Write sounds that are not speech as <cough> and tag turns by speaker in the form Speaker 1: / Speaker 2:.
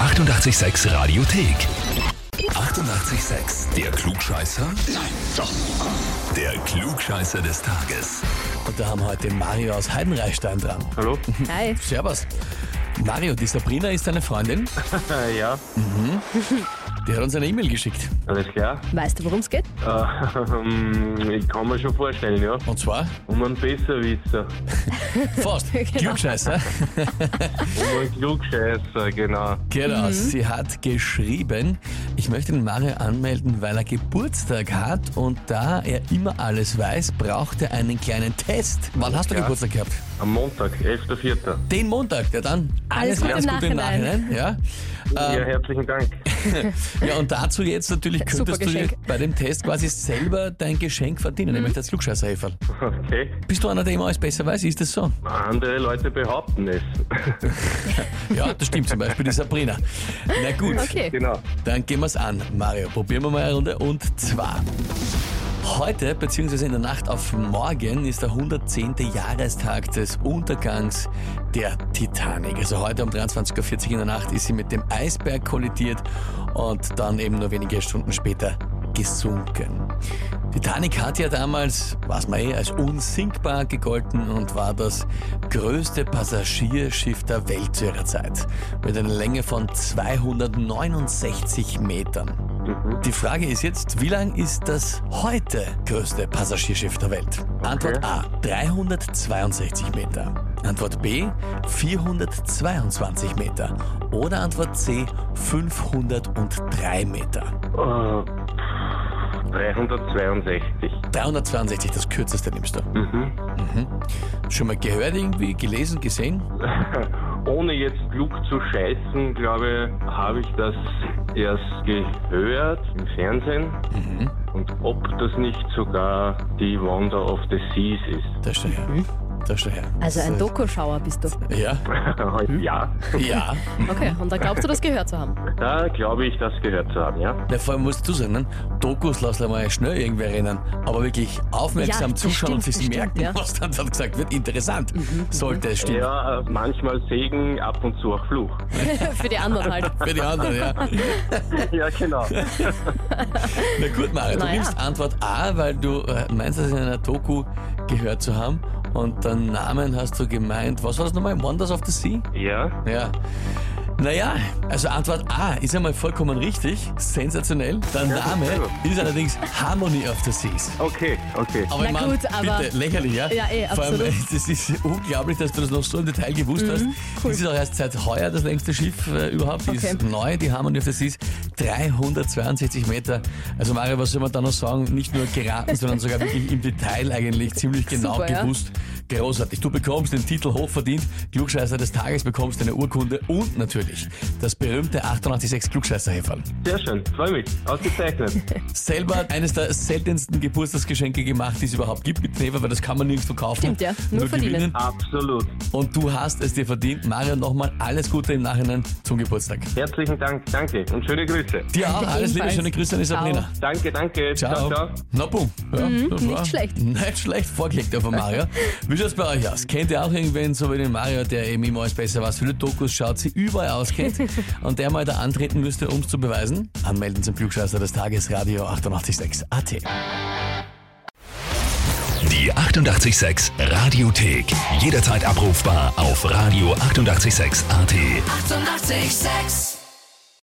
Speaker 1: 886 Radiothek. 88,6. Der Klugscheißer? Nein, doch. Der Klugscheißer des Tages.
Speaker 2: Und da haben wir heute Mario aus Heidenreichstein dran.
Speaker 3: Hallo?
Speaker 4: Hi.
Speaker 2: Servus. Mario, die Sabrina ist deine Freundin.
Speaker 3: <laughs> Äh, ja,
Speaker 2: Die hat uns eine E-Mail geschickt.
Speaker 3: alles klar.
Speaker 4: Weißt du, worum es geht?
Speaker 3: Äh, <laughs> ich kann mir schon vorstellen, ja.
Speaker 2: Und zwar
Speaker 3: Um einen Besserwisser,
Speaker 2: Faust. Klugscheißer.
Speaker 3: um einen Klugscheißer, genau.
Speaker 2: Genau. Sie hat geschrieben, ich möchte den Mario anmelden, weil er Geburtstag hat und da er immer alles weiß, braucht er einen kleinen Test. Wann hast du
Speaker 3: Ja.
Speaker 2: Geburtstag gehabt?
Speaker 3: Am Montag, 11.04.
Speaker 2: Den Montag, ja dann.
Speaker 4: Alles Gute im Nachhinein.
Speaker 2: Ja. Ähm,
Speaker 3: Ja, herzlichen Dank. <laughs>
Speaker 2: Ja, und dazu jetzt natürlich
Speaker 4: Super
Speaker 2: könntest du dir
Speaker 4: Geschenk. Mhm.
Speaker 2: bei dem Test quasi selber dein Geschenk verdienen, nämlich das Klugscheißerheferl.
Speaker 3: Okay.
Speaker 2: Bist du einer, der immer alles besser weiß? Ist das so?
Speaker 3: Andere Leute behaupten es.
Speaker 2: Ja, das stimmt zum Beispiel die Sabrina. Na gut,
Speaker 3: <laughs>
Speaker 4: Okay.
Speaker 3: genau.
Speaker 2: dann gehen wir's an, Mario. Probieren wir mal eine Runde. Und zwar, heute bzw. in der Nacht auf morgen ist der 110. Jahrestag des Untergangs der Titanic. Also heute um 23.40 Uhr in der Nacht ist sie mit dem Eisberg kollidiert und dann eben nur wenige Stunden später gesunken. Titanic hat ja damals, was man eh, als unsinkbar gegolten und war das größte Passagierschiff der Welt zu ihrer Zeit. Mit einer Länge von 269 Metern. Die Frage ist jetzt, wie lang ist das heute größte Passagierschiff der Welt? Antwort A, 362 Meter. Antwort B, 422 Meter. Oder Antwort C, 503 Meter.
Speaker 3: Oh, pff, 362.
Speaker 2: 362, das kürzeste nimmst du.
Speaker 3: Mhm.
Speaker 2: Schon mal gehört irgendwie, gelesen, gesehen?
Speaker 3: <laughs> Ohne jetzt klug zu scheißen, glaube ich, habe ich das erst gehört im Fernsehen. Und ob das nicht sogar die Wonder of the Seas ist. <laughs>
Speaker 2: Da steht her. Da steht her.
Speaker 4: Mhm. Also ein
Speaker 2: Das,
Speaker 4: Doku-Schauer bist du.
Speaker 2: äh, Ja,
Speaker 3: ja,
Speaker 2: ja.
Speaker 4: Okay, und da glaubst du, das gehört zu haben?
Speaker 3: da glaube ich, das gehört zu haben, ja.
Speaker 2: Na, vor allem musst du sagen, ne? Dokus lassen wir mal schnell irgendwer rennen, aber wirklich aufmerksam
Speaker 4: Ja, das
Speaker 2: zuschauen und
Speaker 4: stimmt,
Speaker 2: sich
Speaker 4: das
Speaker 2: merken,
Speaker 4: stimmt, ja. Mhm,
Speaker 2: was dann, dann gesagt wird. Interessant. Sollte es stimmen.
Speaker 3: Ja, äh, manchmal Segen, ab und zu auch Fluch.
Speaker 4: <laughs>
Speaker 3: <laughs>
Speaker 4: Für die anderen halt.
Speaker 2: Für die anderen, ja.
Speaker 3: ja, genau.
Speaker 2: Na gut, Mario, du
Speaker 4: Na ja.
Speaker 2: nimmst Antwort A, weil du äh, meinst, das in einer Doku gehört zu haben. Und den Namen hast du gemeint, was war das nochmal? Wonders of the Sea?
Speaker 3: Ja,
Speaker 2: Ja. Naja, also Antwort A ist einmal vollkommen richtig, sensationell. Der Name ist allerdings Harmony of the Seas.
Speaker 3: okay, okay.
Speaker 2: Aber
Speaker 4: Na
Speaker 2: Mann,
Speaker 4: gut, aber-
Speaker 2: bitte, lächerlich, ja?
Speaker 4: Ja, eh,
Speaker 2: Vor allem,
Speaker 4: absolut.
Speaker 2: <laughs>
Speaker 4: Mhm,
Speaker 2: das ist unglaublich, dass du das noch so im Detail gewusst hast. Das ist auch erst seit heuer das längste Schiff äh, überhaupt. Die ist
Speaker 4: Okay.
Speaker 2: neu, die Harmony of the Seas, 362 Meter. Also Mario, was soll man da noch sagen? Nicht nur geraten, sondern sogar wirklich im Detail eigentlich ziemlich genau
Speaker 4: Super, ja.
Speaker 2: gewusst. Großartig. Du bekommst den Titel hochverdient, Klugscheißer des Tages, bekommst eine Urkunde und natürlich das berühmte 886 Klugscheißer-Häferl.
Speaker 3: Sehr schön, freue mich. Ausgezeichnet.
Speaker 2: selber eines der seltensten Geburtstagsgeschenke gemacht, die es überhaupt gibt mit Knebel, weil das kann man nirgendwo kaufen.
Speaker 4: Stimmt, ja. Nur verdienen.
Speaker 3: Absolut.
Speaker 2: Und du hast es dir verdient. Mario, nochmal alles Gute im Nachhinein zum Geburtstag.
Speaker 3: Herzlichen Dank, danke und schöne Grüße.
Speaker 2: Dir auch alles Liebe,
Speaker 4: Ebenfalls.
Speaker 2: schöne Grüße an die Sabrina.
Speaker 3: Danke, danke.
Speaker 2: Ciao.
Speaker 3: ciao.
Speaker 2: Na boom. Ja, das war
Speaker 4: Mhm, nicht schlecht.
Speaker 2: Nicht schlecht vorgelegt von
Speaker 4: <laughs>
Speaker 2: Mario. Wie schaut's bei euch aus? Kennt ihr auch irgendwen, so wie den Mario, der eben immer alles besser weiß, viele Dokus schaut, sie überall auskennt
Speaker 4: <laughs>
Speaker 2: und der mal da antreten müsste, um's zu beweisen? Anmelden zum Flugscheißer des Tages, Radio 886 AT.
Speaker 1: Die 88,6 Radiothek. Jederzeit abrufbar auf radio886.at. 88,6.
Speaker 5: Eighty-eight, sex.